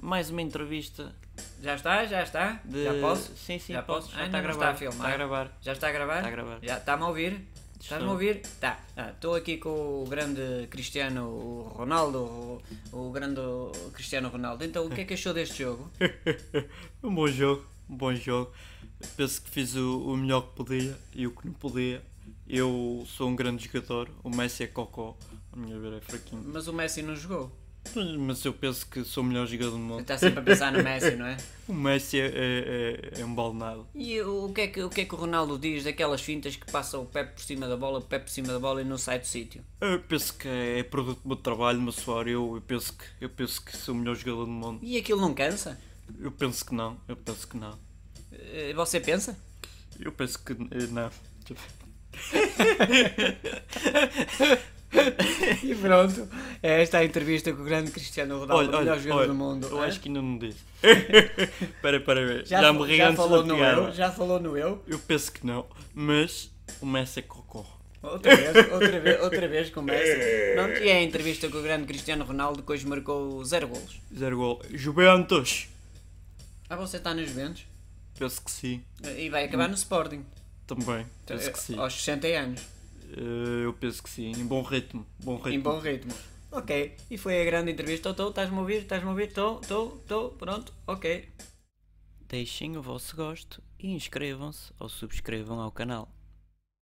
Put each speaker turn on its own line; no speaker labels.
mais uma entrevista
Já está? Já está?
de.
Já posso?
Sim, sim,
Já
posso.
posso?
Já está
Ainda
a
não
gravar.
está a filmar.
Está a gravar.
Já está a gravar?
Está a gravar.
Já está-me a ouvir? Estás-me a
Estou.
ouvir? Tá. Ah, Estou aqui com o grande Cristiano o Ronaldo, o, o grande Cristiano Ronaldo. Então, o que é que achou deste jogo?
um bom jogo, um bom jogo. Penso que fiz o, o melhor que podia e o que não podia. Eu sou um grande jogador, o Messi é cocó, a minha ver é fraquinho.
Mas o Messi não jogou.
Mas eu penso que sou o melhor jogador do mundo.
Está sempre a pensar no Messi, não é?
O Messi é, é- é- é um balneado.
E o que, é que, o que é que o Ronaldo diz daquelas fintas que passa o Pepe por cima da bola, o Pepe por cima da bola e não sai do sítio?
Eu penso que é produto do meu trabalho, do meu suor. Eu, eu, penso que, eu penso que sou o melhor jogador do mundo.
E aquilo não cansa?
Eu penso que não, eu penso que não.
Eh, Você pensa?
Eu penso que eh, não.
E pronto, é esta a entrevista com o grande Cristiano Ronaldo, o melhor jogador
olha,
do mundo. é?
Eu
Hã?
acho que ainda não disse. Espera, espera, ver. Já, me ri antes da
no
piada.
eu, já falou no eu.
Eu penso que não, mas o Messi é cocó.
Outra vez, outra vez, outra vez começa. Pronto, e é a entrevista com o grande Cristiano Ronaldo que hoje marcou zero golos.
Zero gol. Juventus!
Ah, você está nos Juventus?
Penso que sim,
E vai acabar no Sporting.
também.
Então,
Penso que sim.
Aos 60 anos.
Eh, Eu penso que sim, em bom ritmo. Bom ritmo.
Em bom ritmo. Ok, e foi a grande entrevista. Estou, estás-me a ouvir? Estás-me a ouvir? Estou, estou, estou, pronto, ok.
Deixem o vosso gosto e inscrevam-se ou subscrevam ao canal.